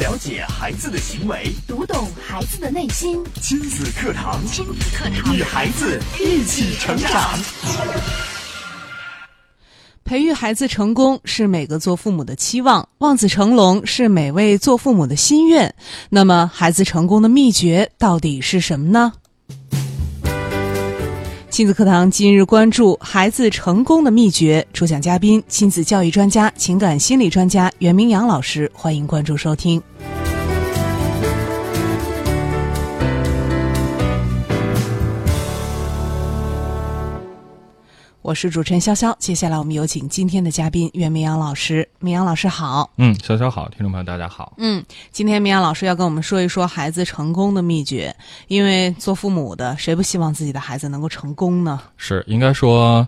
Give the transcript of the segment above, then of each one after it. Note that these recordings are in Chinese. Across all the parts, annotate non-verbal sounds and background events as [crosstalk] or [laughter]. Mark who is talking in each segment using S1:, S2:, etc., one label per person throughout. S1: 了解孩子的行为，
S2: 读懂孩子的内心，
S1: 亲子课堂，
S2: 亲子课堂
S1: 与孩子一起成长。
S3: 培育孩子成功是每个做父母的期望，望子成龙是每位做父母的心愿。那么，孩子成功的秘诀到底是什么呢？亲子课堂今日关注孩子成功的秘诀，主讲嘉宾亲子教育专家、情感心理专家袁明阳老师，欢迎关注收听。我是主持人潇潇，接下来我们有请今天的嘉宾袁明阳老师。明阳老师好，
S4: 嗯，小小好，听众朋友大家好。
S3: 嗯，今天明阳老师要跟我们说一说孩子成功的秘诀，因为做父母的谁不希望自己的孩子能够成功呢？
S4: 是应该说，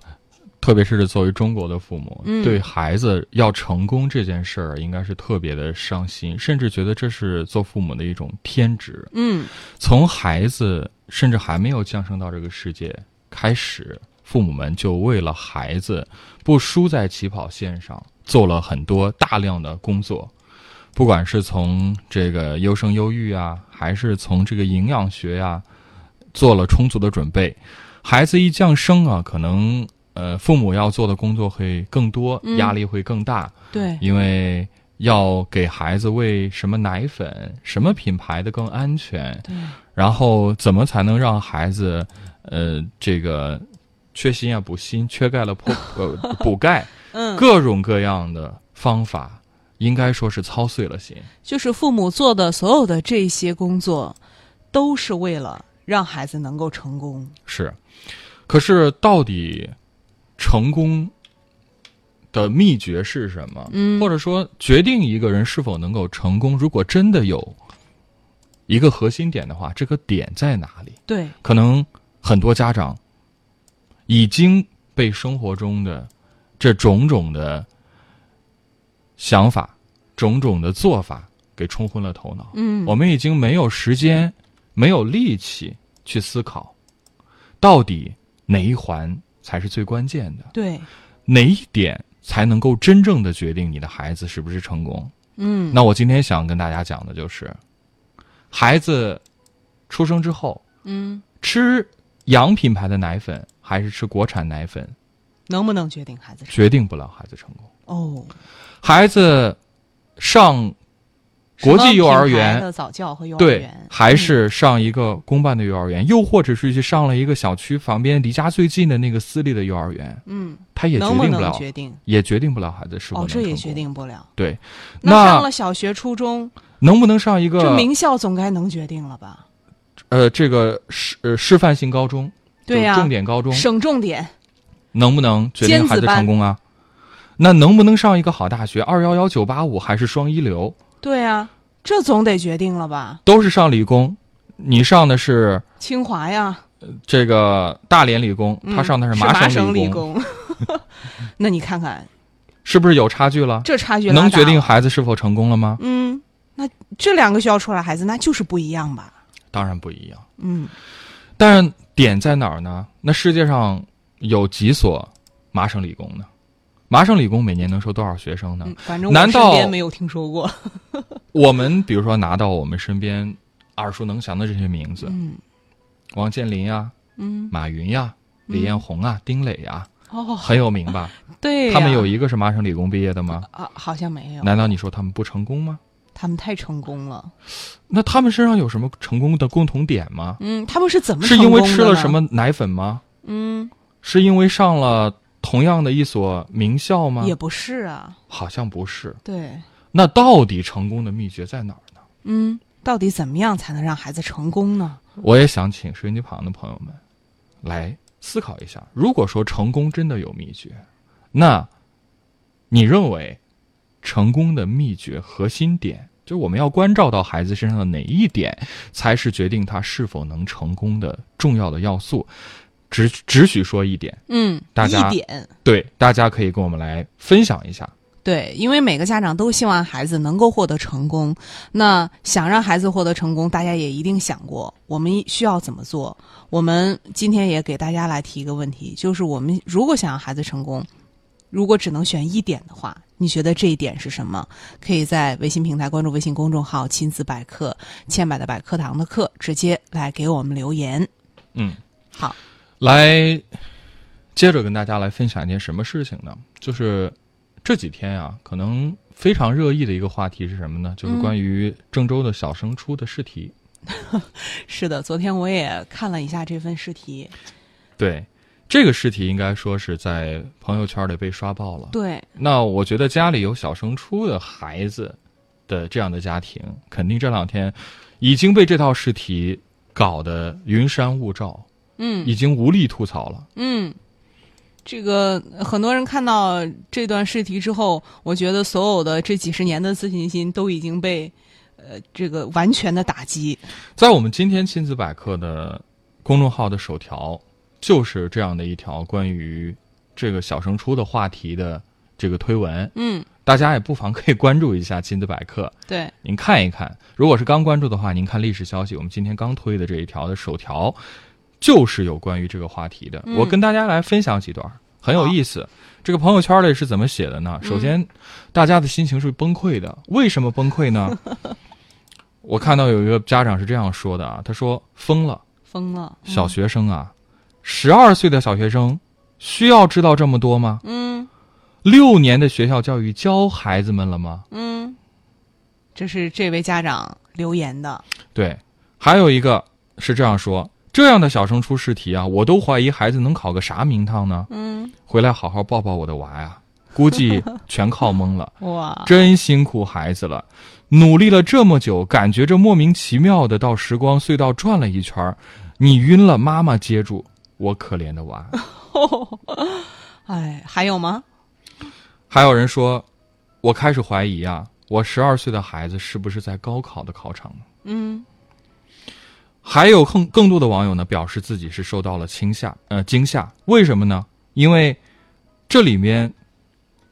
S4: 特别是作为中国的父母，
S3: 嗯
S4: 对孩子要成功这件事儿，应该是特别的上心，甚至觉得这是做父母的一种天职。
S3: 嗯
S4: 从孩子甚至还没有降生到这个世界开始，父母们就为了孩子不输在起跑线上，做了很多大量的工作。不管是从这个优生优育啊，还是从这个营养学呀、做了充足的准备。孩子一降生啊，可能呃，父母要做的工作会更多，
S3: 嗯
S4: 压力会更大。
S3: 对，
S4: 因为要给孩子喂什么奶粉、什么品牌的更安全，
S3: 对，
S4: 然后怎么才能让孩子，呃，这个缺锌呀、补锌，缺钙了破呃补钙，
S3: 嗯，
S4: 各种各样的方法，应该说是操碎了心。
S3: 就是父母做的所有的这些工作，都是为了让孩子能够成功。
S4: 是，可是到底成功的秘诀是什么？
S3: 嗯
S4: 或者说决定一个人是否能够成功，如果真的有一个核心点的话，这个点在哪里？
S3: 对，
S4: 可能很多家长已经被生活中的这种种的想法、种种的做法给冲昏了头脑。
S3: 嗯
S4: 我们已经没有时间、没有力气去思考，到底哪一环才是最关键的，
S3: 对，
S4: 哪一点才能够真正的决定你的孩子是不是成功。
S3: 嗯，
S4: 那我今天想跟大家讲的就是，孩子出生之后
S3: 嗯，
S4: 吃洋品牌的奶粉还是吃国产奶粉，
S3: 能不能决定孩子成
S4: 决定不了孩子成功。
S3: 哦？
S4: 孩子上国际幼儿
S3: 什么品牌
S4: 园
S3: 的早教和幼儿
S4: 对
S3: 园，嗯
S4: 还是上一个公办的幼儿园，又或者是去上了一个小区旁边离家最近的那个私立的幼儿园，
S3: 嗯，
S4: 他也决
S3: 能
S4: 定
S3: 不能
S4: 不了，
S3: 决定？
S4: 也决定不了孩子是
S3: 哦，
S4: 否能
S3: 这也
S4: 成
S3: 决
S4: 功
S3: 定不了。
S4: 对，
S3: 那上
S4: 那
S3: 了小学、初中，
S4: 能不能上一个
S3: 这名校总该能决定了吧？
S4: 呃这个示呃示范性高中，
S3: 对啊
S4: 就是
S3: 呀、
S4: 重点高中
S3: 省重点，
S4: 能不能决
S3: 尖
S4: 定
S3: 子
S4: 孩子
S3: 班
S4: 成功啊？那能不能上一个好大学，二幺幺九八五还是双一流？
S3: 对呀、这总得决定了吧？
S4: 都是上理工，你上的是
S3: 清华呀，
S4: 这个大连理工，
S3: 嗯
S4: 他上的是
S3: 是麻
S4: 省
S3: 省理
S4: 工，
S3: 工。
S4: [laughs]
S3: 那你看看
S4: 是不是有差距了？
S3: 这差距拉
S4: 能
S3: 大
S4: 决定
S3: 了
S4: 孩子是否成功了吗？
S3: 嗯，那这两个学校出来孩子，那就是不一样吧？
S4: 当然不一样。
S3: 嗯，
S4: 但点在哪儿呢？那世界上有几所麻省理工呢？麻省理工每年能收多少学生呢？
S3: 嗯反正我
S4: 难
S3: 身
S4: 道
S3: 边没有听说过。
S4: 我们比如说拿到我们身边耳熟能详的这些名字，
S3: 嗯
S4: 王健林啊呀、
S3: 嗯，
S4: 马云呀、李彦宏啊、丁磊呀、
S3: 哦，
S4: 很有名吧？
S3: 对呀、
S4: 他们有一个是麻省理工毕业的吗？
S3: 啊，好像没有，
S4: 难道你说他们不成功吗？
S3: 他们太成功了。
S4: 那他们身上有什么成功的共同点吗？
S3: 嗯，他们是怎么
S4: 是因
S3: 成
S4: 为
S3: 功的
S4: 吃了
S3: 呢
S4: 什？么奶粉吗？
S3: 嗯，
S4: 是因为上了同样的一所名校吗？
S3: 也不是啊，
S4: 好像不是。
S3: 对，
S4: 那到底成功的秘诀在哪儿呢？
S3: 嗯，到底怎么样才能让孩子成功呢？
S4: 我也想请收音机旁的朋友们来思考一下：如果说成功真的有秘诀，那你认为成功的秘诀核心点，就是我们要关照到孩子身上的哪一点，才是决定他是否能成功的重要的要素？只只许说一点，
S3: 嗯，
S4: 大家
S3: 一点
S4: 对，大家可以跟我们来分享一下。
S3: 对，因为每个家长都希望孩子能够获得成功，那想让孩子获得成功，大家也一定想过我们需要怎么做。我们今天也给大家来提一个问题，就是我们如果想让孩子成功，如果只能选一点的话，你觉得这一点是什么？可以在微信平台关注微信公众号“亲子百科”，千百的百课堂的课，直接来给我们留言。
S4: 嗯，
S3: 好，
S4: 来，接着跟大家来分享一件什么事情呢？就是这几天啊，可能非常热议的一个话题是什么呢？就是关于郑州的小升初的试题。
S3: 是的，昨天我也看了一下这份试题，嗯
S4: 对，这个试题应该说是在朋友圈里被刷爆了。
S3: 对，
S4: 那我觉得家里有小升初的孩子的这样的家庭，肯定这两天已经被这套试题搞得云山雾罩，
S3: 嗯
S4: 已经无力吐槽了。
S3: 嗯，这个很多人看到这段试题之后，我觉得所有的这几十年的自信心都已经被，呃，这个完全的打击。
S4: 在我们今天亲子百科的公众号的首条，就是这样的一条关于这个小升初的话题的这个推文，
S3: 嗯，
S4: 大家也不妨可以关注一下亲子百科，啊
S3: 对，
S4: 您看一看。如果是刚关注的话，您看历史消息，我们今天刚推的这一条的首条，就是有关于这个话题的。我跟大家来分享几段，很有意思。这个朋友圈里是怎么写的呢？首先，大家的心情是崩溃的。为什么崩溃呢？我看到有一个家长是这样说的啊，他说：“疯了，
S3: 疯了。
S4: 小学生啊，十二岁的小学生需要知道这么多吗？
S3: 嗯
S4: 六年的学校教育教孩子们了吗？”
S3: 嗯，这是这位家长留言的。
S4: 对，还有一个是这样说：这样的小升初试题啊，我都怀疑孩子能考个啥名堂呢？
S3: 嗯，
S4: 回来好好抱抱我的娃呀，估计全靠蒙了，
S3: 哇，
S4: 真辛苦孩子了。努力了这么久，感觉这莫名其妙的到时光隧道转了一圈儿，你晕了，妈妈接住我可怜的娃。
S3: 哎，还有吗？
S4: 还有人说，我开始怀疑啊，我十二岁的孩子是不是在高考的考场呢？
S3: 嗯
S4: 还有更更多的网友呢，表示自己是受到了惊吓，呃，惊吓。为什么呢？因为这里面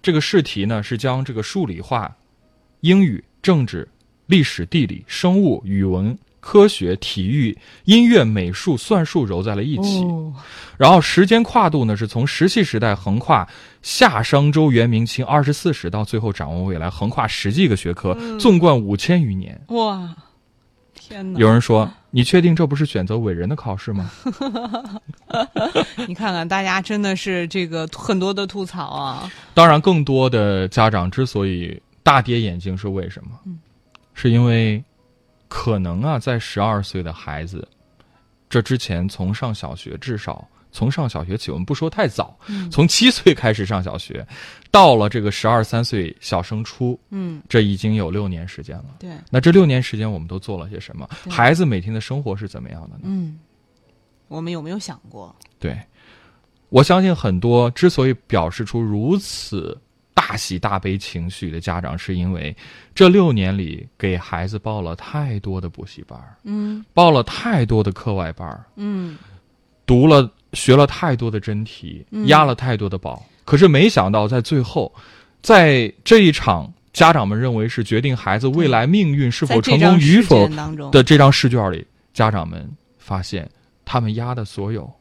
S4: 这个试题呢，是将这个数理化、英语、政治、历史、地理、生物、语文、科学、体育、音乐、美术、算术揉在了一起。
S3: 哦，
S4: 然后时间跨度呢，是从石器时代横跨夏商周元明清二十四史，到最后掌握未来，横跨十几个学科，纵贯五千余年。
S3: 哇，天哪！
S4: 有人说：“你确定这不是选择伟人的考试吗？”
S3: 你看看，大家真的是这个很多的吐槽啊。
S4: 当然，更多的家长之所以大跌眼镜是为什么？是因为可能啊，在十二岁的孩子这之前，从上小学至少从上小学起，我们不说太早，
S3: 嗯
S4: 从七岁开始上小学，到了这个十二三岁小升初，
S3: 嗯，
S4: 这已经有六年时间了。
S3: 对，
S4: 那这六年时间，我们都做了些什么？孩子每天的生活是怎么样的呢？
S3: 嗯，我们有没有想过？
S4: 对，我相信很多之所以表示出如此大喜大悲情绪的家长，是因为这六年里给孩子报了太多的补习班儿，
S3: 嗯
S4: 报了太多的课外班儿，
S3: 嗯，
S4: 读了学了太多的真题，
S3: 嗯
S4: 压了太多的宝，可是没想到在最后，在这一场。家长们认为是决定孩子未来命运是
S3: 在
S4: 否
S3: 这
S4: 成
S3: 张
S4: 功与
S3: 试
S4: 否
S3: 卷当中，
S4: 的这张试卷里，家长们发现他们压的所有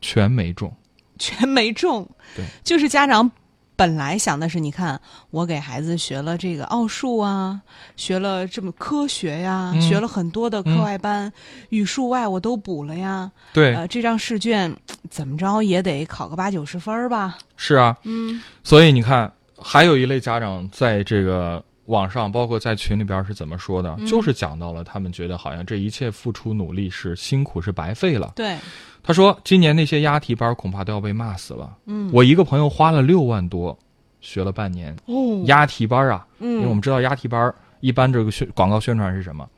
S4: 全没中。
S3: [laughs] 全没中。
S4: 对，
S3: 就是家长本来想的是，你看我给孩子学了这个奥数啊，学了这么科学呀，
S4: 嗯
S3: 学了很多的课外班，语数外我都补了呀。
S4: 对，
S3: 呃，这张试卷怎么着也得考个八九十分儿吧。
S4: 是啊，
S3: 嗯
S4: 所以你看，还有一类家长在这个网上，包括在群里边是怎么说的，
S3: 嗯
S4: 就是讲到了他们觉得好像这一切付出努力是辛苦是白费了。
S3: 对，
S4: 他说，今年那些押题班恐怕都要被骂死了。嗯，我一个朋友花了六万多，学了半年
S3: 哦，
S4: 押题班啊，因为我
S3: 嗯
S4: 们知道押题班一般这个宣广告宣传是什么，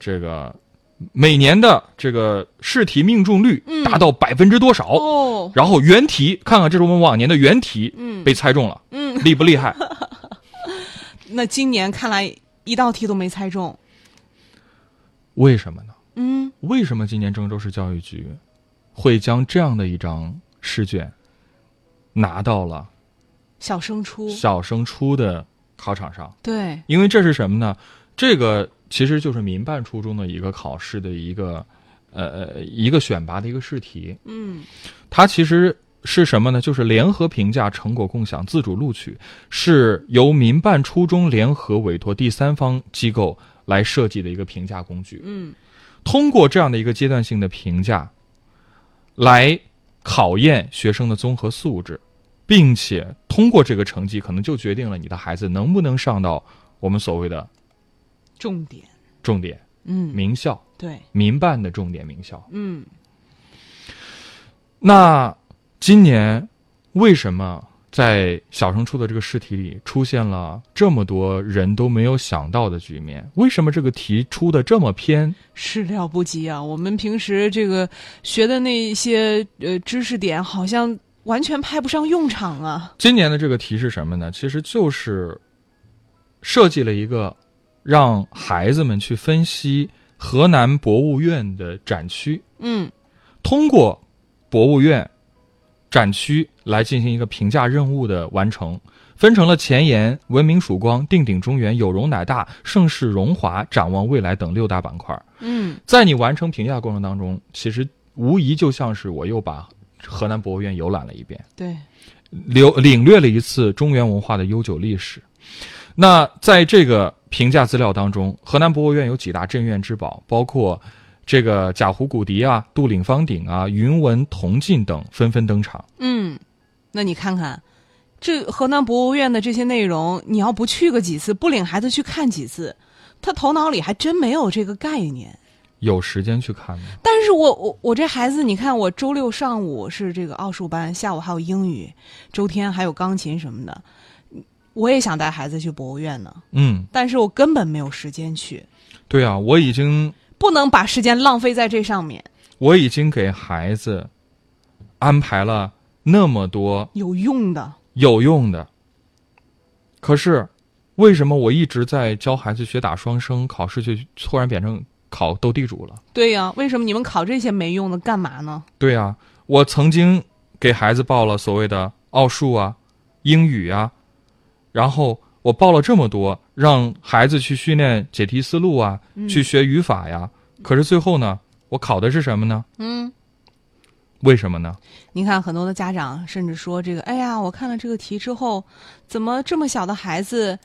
S4: 这个每年的这个试题命中率达到百分之多少？
S3: 嗯哦，
S4: 然后原题，看看这是我们往年的原题，
S3: 嗯
S4: 被猜中了，
S3: 嗯，
S4: 厉不厉害？
S3: 那今年看来一道题都没猜中。
S4: 为什么呢？
S3: 嗯，
S4: 为什么今年郑州市教育局会将这样的一张试卷拿到了
S3: 小升初，
S4: 小升初的考场上？
S3: 对，
S4: 因为这是什么呢？这个其实就是民办初中的一个考试的一个，呃呃，一个选拔的一个试题。
S3: 嗯
S4: 它其实是什么呢？就是联合评价、成果共享、自主录取，是由民办初中联合委托第三方机构来设计的一个评价工具。
S3: 嗯，
S4: 通过这样的一个阶段性的评价，来考验学生的综合素质，并且通过这个成绩，可能就决定了你的孩子能不能上到我们所谓的
S3: 重点，
S4: 重点
S3: 嗯，
S4: 名校、
S3: 对，
S4: 民办的重点名校。
S3: 嗯
S4: 那今年为什么在小升初的这个试题里出现了这么多人都没有想到的局面？为什么这个题出的这么偏？
S3: 始料不及啊！我们平时这个学的那些呃知识点，好像完全派不上用场啊。
S4: 今年的这个题是什么呢？其实就是设计了一个让孩子们去分析河南博物院的展区，
S3: 嗯
S4: 通过博物院展区来进行一个评价任务的完成，分成了前沿、文明曙光、定鼎中原、有容乃大、盛世荣华、展望未来等六大板块。
S3: 嗯
S4: 在你完成评价过程当中，其实无疑就像是我又把河南博物院游览了一遍，
S3: 对，
S4: 留领略了一次中原文化的悠久历史。那在这个评价资料当中，河南博物院有几大镇院之宝，包括这个贾湖骨笛啊、杜岭方鼎啊、云纹铜镜等纷纷登场。
S3: 嗯，那你看看。这河南博物院的这些内容，你要不去个几次，不领孩子去看几次，他头脑里还真没有这个概念。
S4: 有时间去看吗？
S3: 但是我我我这孩子，你看我周六上午是这个奥数班，下午还有英语，周天还有钢琴什么的。我也想带孩子去博物院呢，
S4: 嗯，
S3: 但是我根本没有时间去，
S4: 对啊，我已经
S3: 不能把时间浪费在这上面。
S4: 我已经给孩子安排了那么多
S3: 有用的，
S4: 有用的，可是为什么我一直在教孩子学打双声，考试却突然变成考斗地主了？
S3: 对呀、为什么你们考这些没用的干嘛呢？
S4: 对啊，我曾经给孩子报了所谓的奥数啊、英语啊，然后我报了这么多，让孩子去训练解题思路啊，
S3: 嗯
S4: 去学语法呀。可是最后呢，我考的是什么呢？
S3: 嗯，
S4: 为什么呢？
S3: 你看很多的家长甚至说这个，哎呀，我看了这个题之后，怎么这么小的孩子，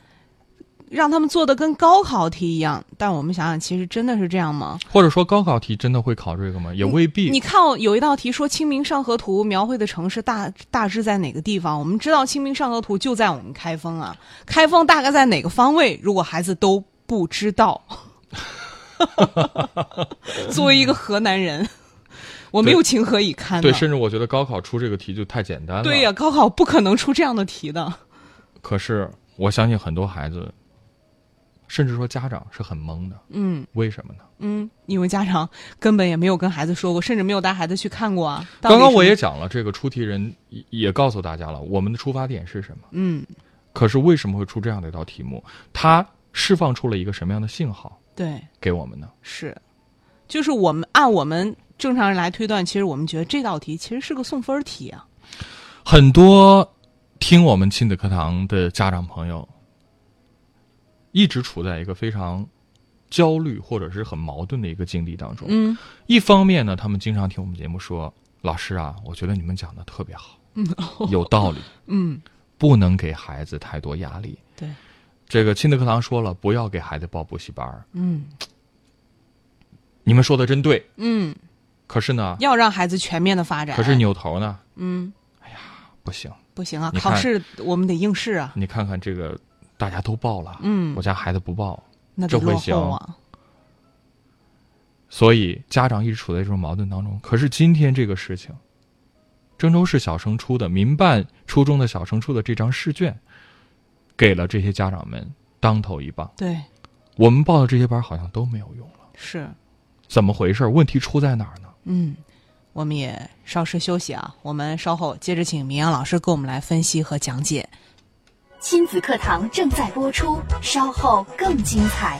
S3: 让他们做的跟高考题一样？但我们想想，其实真的是这样吗？
S4: 或者说高考题真的会考这个吗？也未必。
S3: 你看，我有一道题说《清明上河图》描绘的城市大大致在哪个地方？我们知道《清明上河图》就在我们开封啊，开封大概在哪个方位？如果孩子都不知道， [laughs] 作为一个河南人，我没有情何以堪、啊。
S4: 对，甚至我觉得高考出这个题就太简单了。
S3: 对呀、高考不可能出这样的题的。
S4: 可是我相信很多孩子，甚至说家长是很懵的。
S3: 嗯
S4: 为什么呢？
S3: 嗯，因为家长根本也没有跟孩子说过，甚至没有带孩子去看过啊。到底
S4: 刚刚
S3: 是
S4: 我也讲了，这个出题人也也告诉大家了，我们的出发点是什么。
S3: 嗯，
S4: 可是为什么会出这样的一道题目？它释放出了一个什么样的信号
S3: 对。
S4: 给我们呢？
S3: 是，就是我们按我们正常人来推断，其实我们觉得这道题其实是个送分儿题啊。
S4: 很多听我们亲子课堂的家长朋友，一直处在一个非常焦虑或者是很矛盾的一个境地当中。
S3: 嗯
S4: 一方面呢，他们经常听我们节目说：“老师啊，我觉得你们讲的特别好，有道理，
S3: [laughs] 嗯，
S4: 不能给孩子太多压力。”
S3: 对，
S4: 这个亲子课堂说了，不要给孩子报补习班儿。
S3: 嗯
S4: 你们说的真对，
S3: 嗯，
S4: 可是呢，
S3: 要让孩子全面的发展。
S4: 可是扭头呢，哎
S3: 嗯，
S4: 不行。
S3: 不行啊，
S4: 你
S3: 考
S4: 看
S3: 试我们得应试啊。
S4: 你看看这个，大家都报了，
S3: 嗯
S4: 我，家孩子不报，
S3: 那得
S4: 这会
S3: 落
S4: 行
S3: 后啊。
S4: 所以家长一直处在这种矛盾当中。可是今天这个事情，郑州市小升初的民办初中的小升初的这张试卷，给了这些家长们当头一棒。
S3: 对，
S4: 我们报的这些班好像都没有用了，
S3: 是，
S4: 怎么回事？问题出在哪儿呢？
S3: 嗯。我们也稍事休息啊，我们稍后接着请明阳老师给我们来分析和讲解。
S2: 亲子课堂正在播出，稍后更精彩。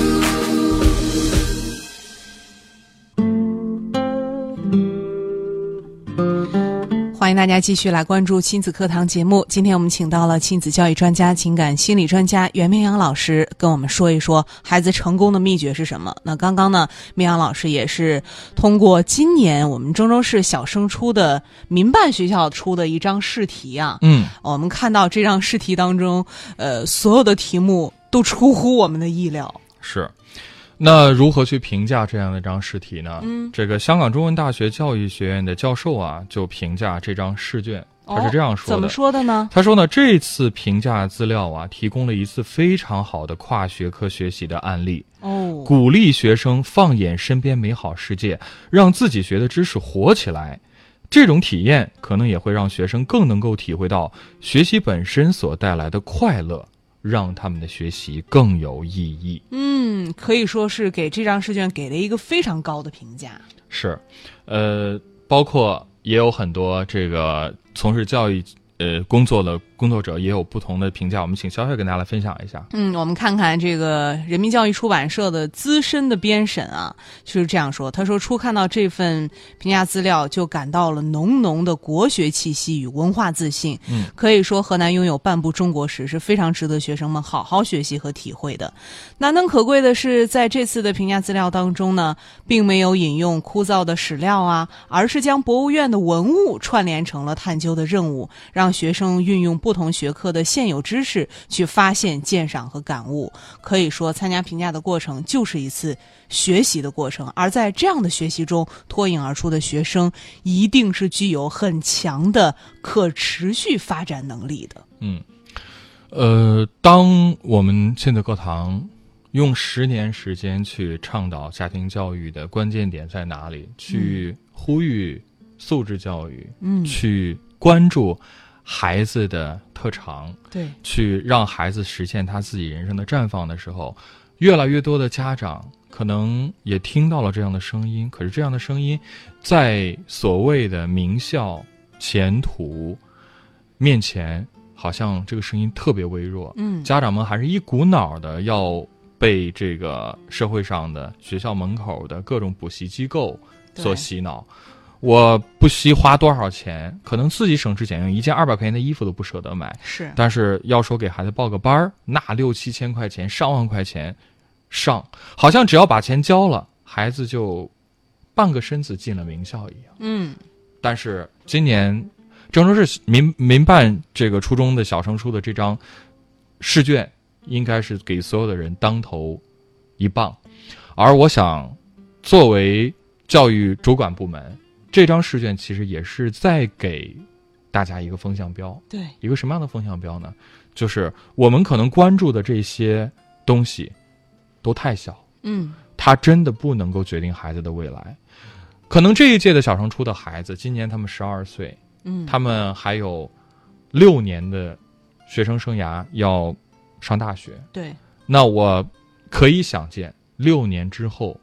S3: 欢迎大家继续来关注亲子课堂节目。今天我们请到了亲子教育专家、情感心理专家袁明阳老师，跟我们说一说孩子成功的秘诀是什么。那刚刚呢，明阳老师也是通过今年我们郑州市小升初的民办学校出的一张试题啊，
S4: 嗯，
S3: 我们看到这张试题当中，呃，所有的题目都出乎我们的意料。
S4: 是。那如何去评价这样的一张试题呢？嗯，这个香港中文大学教育学院的教授啊，就评价这张试卷，他是这样说
S3: 哦
S4: 的：
S3: 怎么说的呢？
S4: 他说呢，这次评价资料啊，提供了一次非常好的跨学科学习的案例，
S3: 哦，
S4: 鼓励学生放眼身边美好世界，让自己学的知识活起来。这种体验可能也会让学生更能够体会到学习本身所带来的快乐，让他们的学习更有意义。
S3: 嗯，可以说是给这张试卷给了一个非常高的评价。
S4: 是，呃，包括也有很多这个从事教育呃工作的工作者也有不同的评价，我们请肖肖跟大家来分享一下。
S3: 嗯，我们看看这个人民教育出版社的资深的编审啊，就是这样说。他说，初看到这份评价资料，就感到了浓浓的国学气息与文化自信。
S4: 嗯，
S3: 可以说河南拥有半部中国史是非常值得学生们好好学习和体会的。难能可贵的是，在这次的评价资料当中呢，并没有引用枯燥的史料啊，而是将博物院的文物串联成了探究的任务，让学生运用不同学科的现有知识去发现、鉴赏和感悟。可以说，参加评价的过程就是一次学习的过程，而在这样的学习中脱颖而出的学生，一定是具有很强的可持续发展能力的。
S4: 嗯，呃，当我们亲子课堂用十年时间去倡导家庭教育的关键点在哪里？去呼吁素质教育，
S3: 嗯
S4: 去关注孩子的特长，
S3: 对，
S4: 去让孩子实现他自己人生的绽放的时候，越来越多的家长可能也听到了这样的声音。可是这样的声音，在所谓的名校前途面前，好像这个声音特别微弱。
S3: 嗯
S4: 家长们还是一股脑的要被这个社会上的学校门口的各种补习机构
S3: 对
S4: 所洗脑。我不惜花多少钱，可能自己省吃俭用，一件二百块钱的衣服都不舍得买，
S3: 是，
S4: 但是要说给孩子报个班儿，那六七千块钱、上万块钱，上好像只要把钱交了，孩子就半个身子进了名校一样。
S3: 嗯
S4: 但是今年郑州市民民办这个初中的小升初的这张试卷，应该是给所有的人当头一棒。而我想，作为教育主管部门，这张试卷其实也是在给大家一个风向标。
S3: 对，
S4: 一个什么样的风向标呢？就是我们可能关注的这些东西都太小，
S3: 嗯
S4: 它真的不能够决定孩子的未来。可能这一届的小升初的孩子，今年他们十二岁，
S3: 嗯，
S4: 他们还有六年的学生生涯要上大学。
S3: 对，
S4: 那我可以想见，六年之后，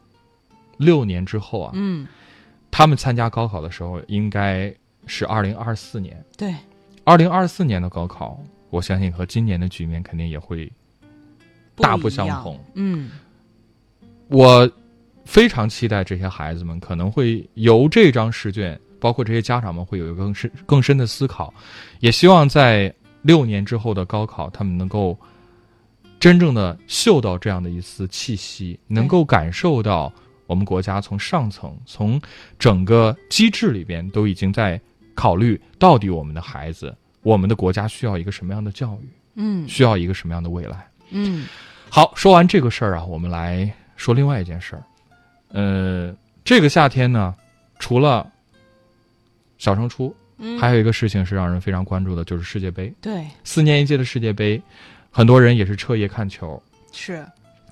S4: 六年之后啊，
S3: 嗯
S4: 他们参加高考的时候应该是二零二四年。
S3: 对，
S4: 二零二四年的高考，我相信和今年的局面肯定也会大不
S3: 一
S4: 相
S3: 样
S4: 同。
S3: 嗯
S4: 我非常期待这些孩子们可能会由这张试卷，包括这些家长们会有一个更深更深的思考，也希望在六年之后的高考，他们能够真正的嗅到这样的一丝气息，能够感受到我们国家从上层、从整个机制里边都已经在考虑到底我们的孩子、我们的国家需要一个什么样的教育，
S3: 嗯
S4: 需要一个什么样的未来。
S3: 嗯
S4: 好，说完这个事儿啊，我们来说另外一件事儿。呃，这个夏天呢，除了小升初，
S3: 嗯，
S4: 还有一个事情是让人非常关注的，就是世界杯。
S3: 对
S4: 四年一届的世界杯，很多人也是彻夜看球。
S3: 是，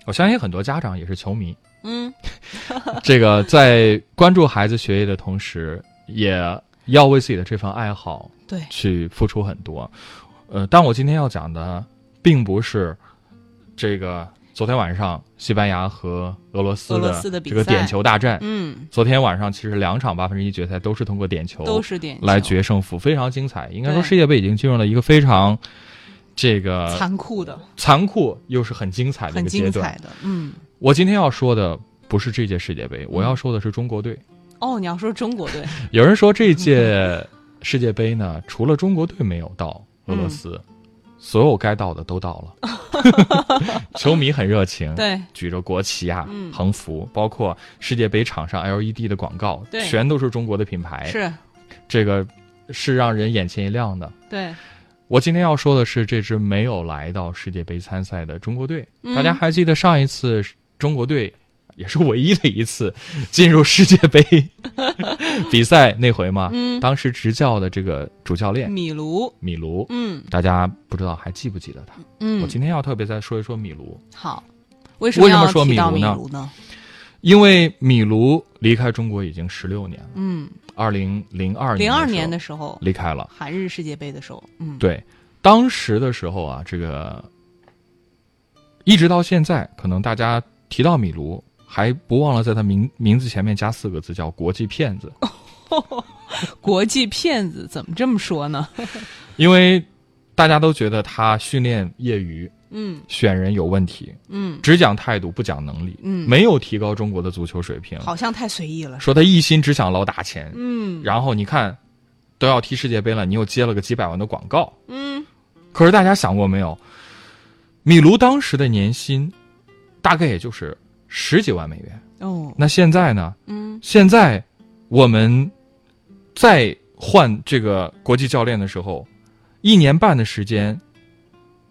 S4: 我相信很多家长也是球迷，
S3: 嗯，
S4: 这个在关注孩子学业的同时，也要为自己的这份爱好
S3: 对，
S4: 去付出很多。呃，但我今天要讲的并不是这个昨天晚上西班牙和俄罗斯
S3: 俄罗斯
S4: 的
S3: 的比
S4: 这个
S3: 赛
S4: 点球大战。
S3: 嗯，
S4: 昨天晚上其实两场八分之一决赛都是通过点球
S3: 都是点
S4: 来
S3: 球
S4: 决胜负，非常精彩。应该说，
S3: 对
S4: 世界杯已经进入了一个非常这个
S3: 残酷的，
S4: 残酷又是很精彩的一
S3: 很
S4: 呃个阶
S3: 精
S4: 段
S3: 彩。的，嗯。
S4: 我今天要说的不是这届世界杯，我要说的是中国队。
S3: 哦，你要说中国队，
S4: 有人说这届世界杯呢，除了中国队没有到俄
S3: 嗯
S4: 罗斯，所有该到的都到了。
S3: [laughs]
S4: 球迷很热情，
S3: 对，
S4: 举着国旗啊、
S3: 嗯
S4: 横幅，包括世界杯场上 LED 的广告，
S3: 对
S4: 全都是中国的品牌，
S3: 是，
S4: 这个是让人眼前一亮的。
S3: 对，
S4: 我今天要说的是这支没有来到世界杯参赛的中国队。
S3: 嗯
S4: 大家还记得上一次中国队也是唯一的一次进入世界杯 [laughs] 比赛那回吗？
S3: 嗯
S4: 当时执教的这个主教练
S3: 米卢，
S4: 米卢，
S3: 嗯
S4: 大家不知道还记不记得他？我
S3: 嗯，
S4: 今天要特别再说一说米卢，
S3: 好，为什么
S4: 为什
S3: 要
S4: 么说
S3: 提
S4: 米
S3: 到
S4: 卢
S3: 米
S4: 呢
S3: 卢呢？
S4: 因为米卢离开中国已经十六年了，
S3: 嗯，
S4: 二零零二
S3: 零二年
S4: 年
S3: 的
S4: 时
S3: 时候
S4: 候，离开了。
S3: 韩日世界杯的时候，嗯，
S4: 对，当时的时候啊，这个一直到现在，可能大家提到米卢，还不忘了在他名名字前面加四个字，叫“国际骗子
S3: 哦国际骗子怎么这么说呢？”，
S4: 因为大家都觉得他训练业余、
S3: 嗯
S4: 选人有问题，
S3: 嗯，
S4: 只讲态度不讲能力，
S3: 嗯
S4: 没有提高中国的足球水平。
S3: 好像太随意了，
S4: 说他一心只想捞大钱，
S3: 嗯
S4: 然后你看，都要踢世界杯了，你又接了个几百万的广告，
S3: 嗯，
S4: 可是大家想过没有，米卢当时的年薪大概也就是十几万美元。
S3: 哦，
S4: 那现在呢？
S3: 嗯
S4: 现在我们再换这个国际教练的时候，一年半的时间，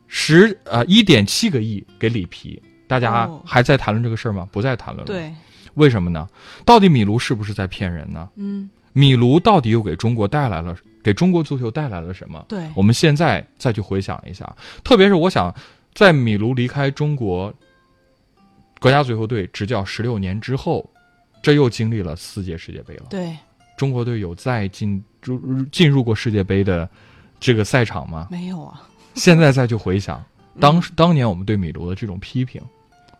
S4: 十呃一点七个亿给里皮。大家
S3: 哦
S4: 还在谈论这个事儿吗？不再谈论了。，
S3: 对，
S4: 为什么呢？到底米卢是不是在骗人呢？
S3: 嗯
S4: 米卢到底又给中国带来了给中国足球带来了什么？
S3: 对，
S4: 我们现在再去回想一下，特别是我想，在米卢离开中国国家足球队执教十六年之后，这又经历了四届世界杯了。
S3: 对，？
S4: 中国队有再进入进入过世界杯的这个赛场吗
S3: 没有啊，嗯
S4: 现在再去回想，当时当年我们对米卢的这种批评，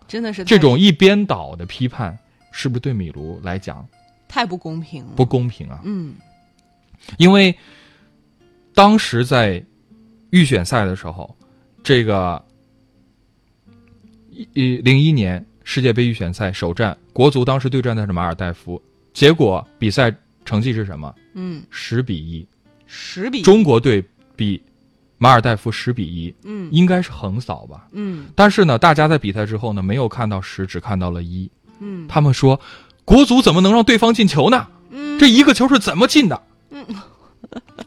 S3: 真的是
S4: 这
S3: 太
S4: 种一边倒的批判，是不是对米卢来讲
S3: 太不公平了，
S4: 不，公平啊？
S3: 嗯
S4: 因为当时在预选赛的时候，这个一一零一年世界杯预选赛首战，国足当时对战的是马尔代夫，结果比赛成绩是什么？
S3: 嗯，
S4: 十比一，
S3: 十比，
S4: 中国队比马尔代夫十比一，
S3: 嗯
S4: 应该是横扫吧？
S3: 嗯
S4: 但是呢，大家在比赛之后呢，没有看到十，只看到了一。
S3: 嗯
S4: 他们说，国足怎么能让对方进球呢？
S3: 嗯
S4: 这一个球是怎么进的？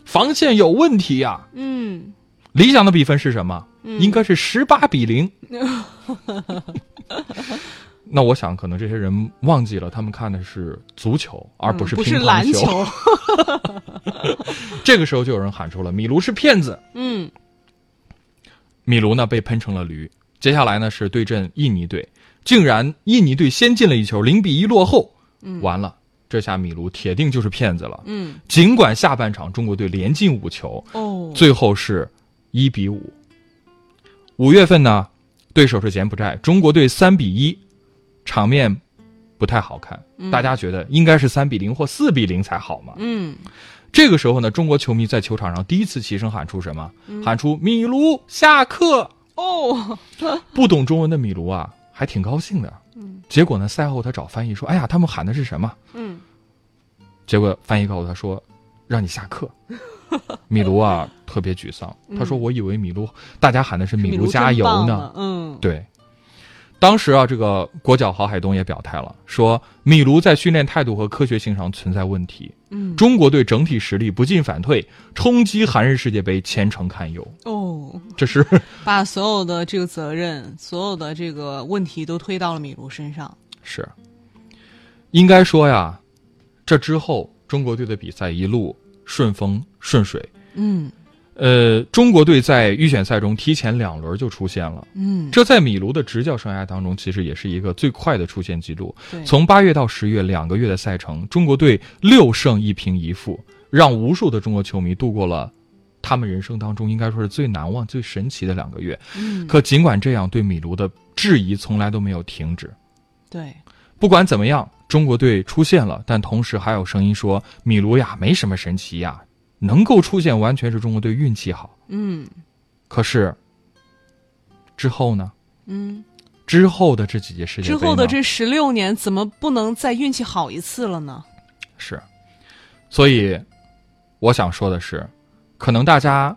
S4: 防线有问题呀、
S3: 嗯
S4: 理想的比分是什么？应该是十八
S3: [laughs]
S4: 比零。那我想，可能这些人忘记了，他们看的是足球，而不是
S3: 嗯不
S4: 乒
S3: 是
S4: 乓
S3: 篮球，
S4: 这个时候就有人喊出了：“米卢是骗子！”
S3: [laughs] 嗯
S4: 米卢呢被喷成了驴。接下来呢是对阵印尼队，竟然印尼队先进了一球，零比一落后。完了，这下米卢铁定就是骗子了。
S3: 嗯
S4: 尽管下半场中国队连进五球，
S3: 哦，
S4: 最后是一比五。五月份呢，对手是柬埔寨，中国队三比一，场面不太好看，大家觉得应该是三比零或四比零才好嘛。
S3: 嗯
S4: 这个时候呢，中国球迷在球场上第一次齐声喊出什么？喊出“米卢下课
S3: 哦，”。
S4: 不懂中文的米卢啊，还挺高兴的。结果呢，赛后他找翻译说：“哎呀，他们喊的是什么
S3: 嗯？”
S4: 结果翻译告诉他说：“让你下课。” [laughs] 米卢啊，特别沮丧。他说：“我以为米卢，大家喊的是 [laughs] 米卢加
S3: 嗯
S4: 油
S3: 真棒
S4: 呢。”
S3: 啊，嗯，
S4: 对，当时啊，这个国脚郝海东也表态了，说米卢在训练态度和科学性上存在问题。
S3: 嗯
S4: 中国队整体实力不进反退，冲击韩日世界杯前程堪忧。
S3: 哦，
S4: 这是
S3: 把所有的这个责任、所有的这个问题都推到了米卢身上。
S4: 是，应该说呀，这之后中国队的比赛一路顺风顺水。
S3: 嗯
S4: 呃，中国队在预选赛中提前两轮就出现了，
S3: 嗯，
S4: 这在米卢的执教生涯当中，其实也是一个最快的出线记录。
S3: 对
S4: 从八月到十月两个月的赛程，中国队六胜一平一负，让无数的中国球迷度过了他们人生当中应该说是最难忘、最神奇的两个月。
S3: 嗯
S4: 可尽管这样，对米卢的质疑从来都没有停止。
S3: 对，
S4: 不管怎么样，中国队出现了，但同时还有声音说米卢呀没什么神奇呀，能够出现完全是中国队运气好。
S3: 嗯
S4: 可是之后呢？
S3: 嗯，
S4: 之后的这几届世界杯
S3: 之
S4: 呢，
S3: 后的这十六年怎么不能再运气好一次了呢？
S4: 是，所以我想说的是，可能大家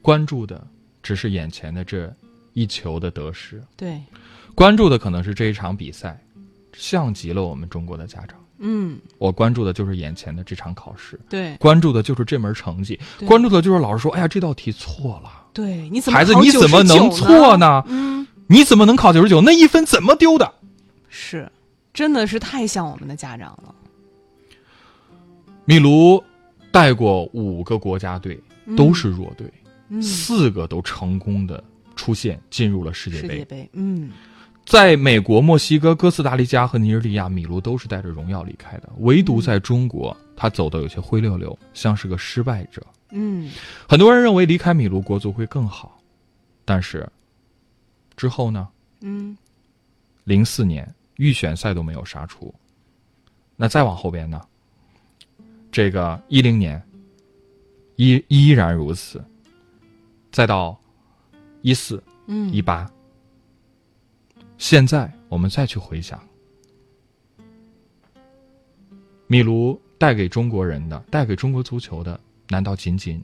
S4: 关注的只是眼前的这一球的得失，
S3: 对，
S4: 关注的可能是这一场比赛，像极了我们中国的家长。
S3: 嗯
S4: 我关注的就是眼前的这场考试，
S3: 对
S4: 关注的就是这门成绩，
S3: 对
S4: 关注的就是老师说：“哎呀，这道题错了，
S3: 对，你怎么
S4: 孩子
S3: 考
S4: 你怎么能
S3: 99
S4: 错呢？
S3: 嗯，
S4: 你怎么能考九十九？那一分怎么丢的？”
S3: 是，真的是太像我们的家长了，
S4: 米卢带过五个国家队，都是弱队。
S3: 嗯
S4: 四个都成功的出现进入了世界
S3: 世
S4: 杯
S3: 界。杯，嗯
S4: 在美国、墨西哥、哥斯达黎加和尼日利亚，米卢都是带着荣耀离开的，唯独
S3: 嗯
S4: 在中国，他走的有些灰溜溜，像是个失败者。
S3: 嗯，
S4: 很多人认为离开米卢国足会更好，但是之后呢？
S3: 嗯，
S4: 零四年预选赛都没有杀出，那再往后边呢？这个一零年依依然如此，再到一四、
S3: 嗯
S4: 一八。现在我们再去回想，米卢带给中国人的、带给中国足球的，难道仅仅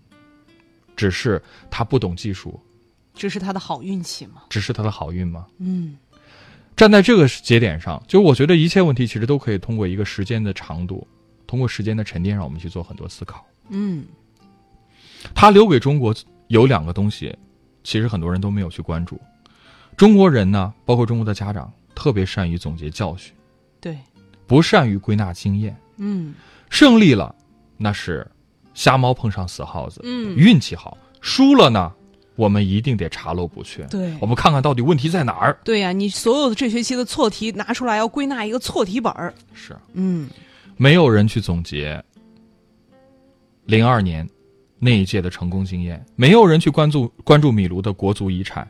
S4: 只是他不懂技术，
S3: 这是他的好运气嘛，
S4: 只是他的好运吗？
S3: 嗯
S4: 站在这个节点上，就我觉得一切问题其实都可以通过一个时间的长度，通过时间的沉淀，让我们去做很多思考。
S3: 嗯
S4: 他留给中国有两个东西，其实很多人都没有去关注。中国人呢，包括中国的家长，特别善于总结教训，
S3: 对，
S4: 不善于归纳经验。
S3: 嗯
S4: 胜利了，那是瞎猫碰上死耗子，
S3: 嗯
S4: 运气好；输了呢，我们一定得查漏补缺，
S3: 对
S4: 我们看看到底问题在哪儿。
S3: 对呀、你所有的这学期的错题拿出来，要归纳一个错题本儿。
S4: 是。
S3: 嗯
S4: 没有人去总结零二年那一届的成功经验，没有人去关注关注米卢的国足遗产。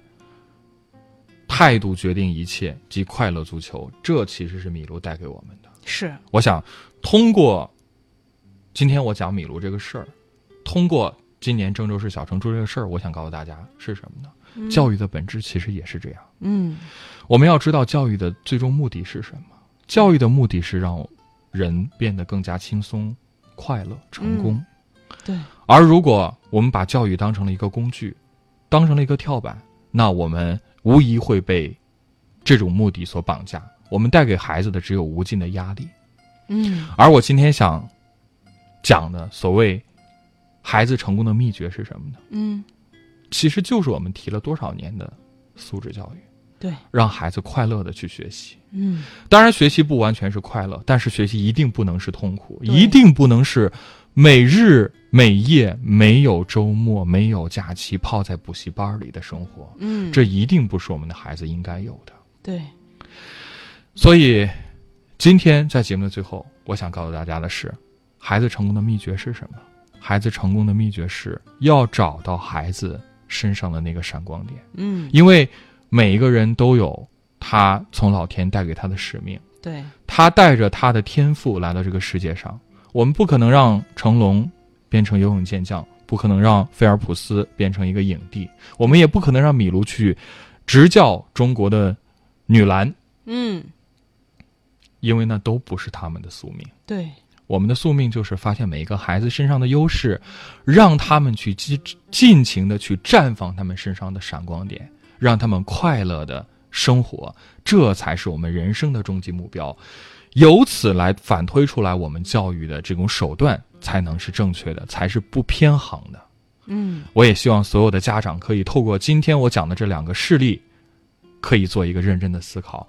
S4: 态度决定一切，即快乐足球，这其实是米卢带给我们的。，
S3: 是，
S4: 我想通过今天我讲米卢这个事儿，通过今年郑州市小升初这个事儿，我想告诉大家是什么呢？教育的本质其实也是这样。
S3: 嗯
S4: 我们要知道教育的最终目的是什么？教育的目的是让人变得更加轻松、快乐、成功。
S3: 对，
S4: 而如果我们把教育当成了一个工具，当成了一个跳板，那我们无疑会被这种目的所绑架。我们带给孩子的只有无尽的压力。
S3: 嗯
S4: 而我今天想讲的所谓孩子成功的秘诀是什么呢？
S3: 嗯，
S4: 其实就是我们提了多少年的素质教育，
S3: 对，
S4: 让孩子快乐的去学习。
S3: 嗯
S4: 当然，学习不完全是快乐，但是学习一定不能是痛苦，
S3: 对
S4: 一定不能是每日每夜没有周末、没有假期泡在补习班里的生活，
S3: 嗯，
S4: 这一定不是我们的孩子应该有的。
S3: 对，
S4: 所以，今天在节目的最后，我想告诉大家的是，孩子成功的秘诀是什么？孩子成功的秘诀是要找到孩子身上的那个闪光点，
S3: 嗯
S4: 因为每一个人都有他从老天带给他的使命。
S3: 对，
S4: 他带着他的天赋来到这个世界上。我们不可能让成龙变成游泳健将，不可能让菲尔普斯变成一个影帝，我们也不可能让米卢去执教中国的女篮，
S3: 嗯
S4: 因为那都不是他们的宿命。
S3: 对，
S4: 我们的宿命就是发现每一个孩子身上的优势，让他们去尽尽情的去绽放他们身上的闪光点，让他们快乐的生活，这才是我们人生的终极目标。由此来反推出来，我们教育的这种手段才能是正确的，才是不偏航的。
S3: 嗯
S4: 我也希望所有的家长可以透过今天我讲的这两个事例，可以做一个认真的思考，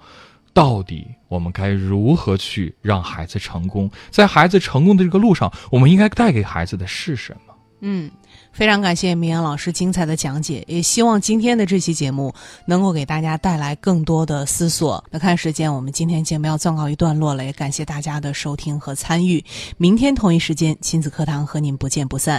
S4: 到底我们该如何去让孩子成功？在孩子成功的这个路上，我们应该带给孩子的是什么？
S3: 嗯，非常感谢明阳老师精彩的讲解，也希望今天的这期节目能够给大家带来更多的思索。那看时间，我们今天节目要暂告一段落了，也感谢大家的收听和参与。明天同一时间，亲子课堂和您不见不散。